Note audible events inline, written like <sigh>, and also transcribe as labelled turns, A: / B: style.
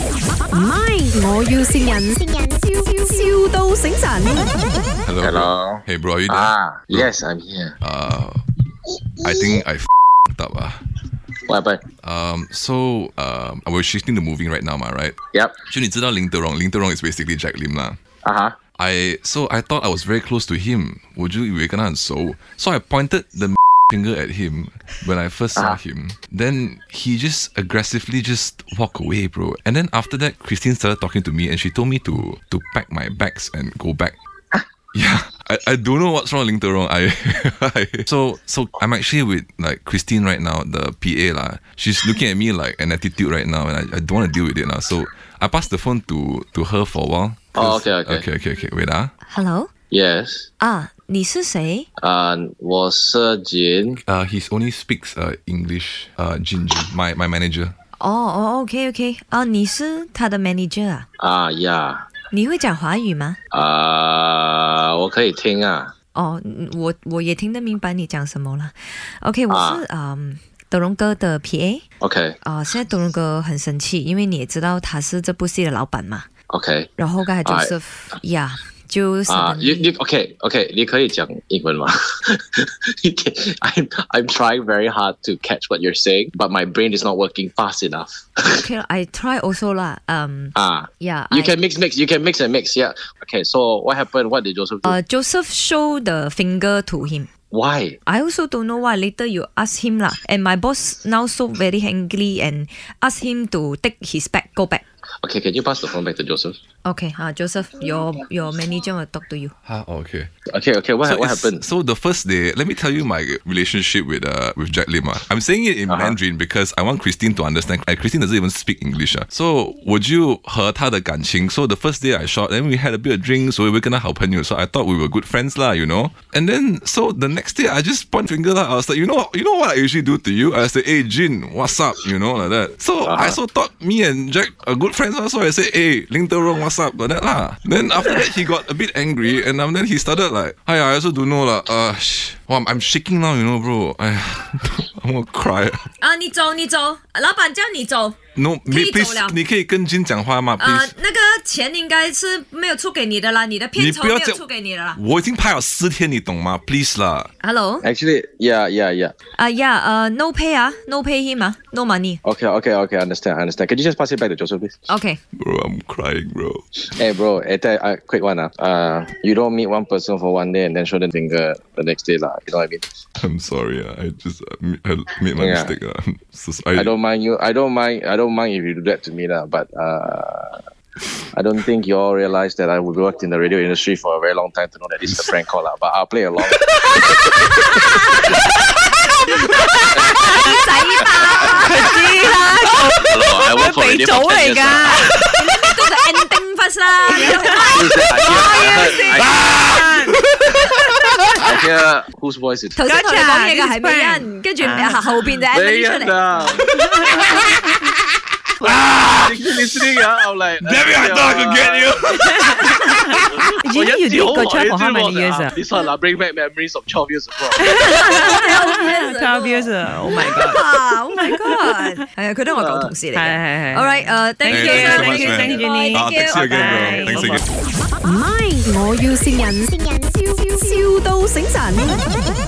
A: 唔係，我要善人，笑笑到醒神。
B: Hello.
C: Hello.
B: Hey bro, are you there?
C: Ah, yes, I'm here.
B: Uh, I think I f- up. Ah.
C: What happened?
B: Um, so um, we're shifting the moving right now, ma, right?
C: Yep.
B: So 你知道 Ling Terong, Ling Terong is basically Jack Lim lah.
C: Uh huh.
B: I so I thought I was very close to him. 我就以为跟他很熟. So I pointed the finger at him when I first saw
C: Ah.
B: him. Then he just aggressively just walk away, bro. And then after that, Christine started talking to me and she told me to to pack my bags and go
C: <laughs>
B: back. Yeah, I, I don't know what's wrong, Ling Terong. I, <laughs> I so so I'm actually with like Christine right now, the PA lah. She's looking at me like an attitude right now, and I, I don't want to deal with it now. So I passed the phone to to her for a while.
C: Oh, okay, okay.
B: okay, okay, okay. Wait ah,
D: Hello，
C: Yes.
D: 啊，你是谁？
C: Uh, 我是Jin.
B: uh, he only speaks uh English. Uh, Jin Jin, my my manager.
D: 哦哦，OK OK，啊，你是他的 manager 啊？
C: Ah, yeah.
D: 你会讲华语吗？
C: Uh, 我可以听啊。
D: 哦，嗯我我也听得明白你讲什么了。OK，我
C: 啊
D: 是嗯德荣哥的 PA。
C: Okay.
D: 啊、现在德荣哥很生气，因为你也知道他是这部戏的老板嘛。
C: Okay.
D: 然后刚才
C: 哎
D: Joseph 呀、就
C: Ah, you,
D: suddenly-
C: you okay? Okay, 你可以讲英文吗 <laughs> You can- I'm I'm trying very hard to catch what you're saying, but my brain is not working fast enough. <laughs>
D: Okay, I try also lah. Um,
C: Ah,
D: yeah.
C: you
D: I,
C: can mix, mix. You can mix and mix. Yeah. Okay. So what happened? What did Joseph do?
D: Uh, Joseph show the finger to him.
C: Why?
D: I also don't know why. Later you ask him lah. And my boss now so very angry and ask him to take his bag, go back.
C: Okay, can you pass the phone back to Joseph?
D: Okay, uh, Joseph, your your manager will talk to you.
B: Ah, okay.
C: Okay, okay. What, what
B: it's-
C: happened?
B: So the first day, let me tell you my relationship with uh with Jack Lim. ah. I'm saying it in
C: Uh-huh.
B: Mandarin because I want Christine to understand. Uh, Christine doesn't even speak English. ah. So would you her So the first day I shot, then we had a bit of drinks, so we were gonna help you. So I thought we were good friends lah, you know. And then so the next day I just point finger lah. I was like, you know, you know what I usually do to you? I say, hey Jin, what's up? You know, like that. So I
C: Uh-huh.
B: so thought me and Jack are good friends. ah. So I say, hey, Ling Terong, what's up? Like that lah. Then after that he got a bit angry and um, then he started like, hi, I also don't know lah. Uh, sh- wow, I'm shaking now, you know, bro. <laughs> I, I'm gonna cry.
D: 啊，你走，你走，老板叫你走。
B: No,
D: 可
B: may-
D: 以
B: please,
D: 走了
B: 你可以跟 Jin 讲话吗？
D: 啊
B: Please，、，
D: 那个钱应该是没有出给你的啦，你的片酬没有出给你的啦。
B: 我已经拍了四天，你懂吗？Please 啦。
D: Hello，
C: Actually, yeah, yeah, yeah.
D: 啊呀，呃，no pay 啊，no pay him 啊，no money。
C: Okay, okay, okay. Understand, understand. Can you just pass it back to Joseph, please?
D: OK，
B: Bro, I'm crying, bro.
C: Hey, bro. Hey, tell- uh, quick one. Uh, uh, you don't meet one person for one day and then show them finger the next day, lah. You know what I mean?
B: I'm sorry. ah. I just uh, m- I made my
C: Yeah.
B: mistake. <laughs> ah. So s-
C: I don't mind you. I don't mind. I don't mind if you do that to me, lah. But uh, I don't think you all realize that I would worked in the radio industry for a very long time to know that this is a prank call, lah. But I'll play <laughs> along.
D: 仔吧，知啦，
C: Hello, I work
D: 肥枣嚟噶，都就 ending first 啦。
C: Ah! I hear whose voice it is.
D: 頭先同你講嘢
E: Gotcha，
D: 嘅係美欣，跟住後邊就 Emily 出 <laughs> 嚟。
C: Leander. listening, ah, I'm like,
B: Damn it! I thought I could get you.
E: You know you did a good job for how many years? ah?
C: This one, bring back memories of 12 years ago.
E: 12 years. ah. Oh my god.
D: 哇！Oh my god！係啊，佢都係我舊同事嚟
E: 係
D: 嘅。
E: 係係。
D: All right，誒，thank
B: Hey, thank you so much, man.
D: you，thank you，thank you，
E: Thank
B: Ah,
D: thank
B: thanks
D: you。
B: again,
E: Bye.
B: bro. Thanks again.
A: 唔係，我要善人，笑笑到醒神。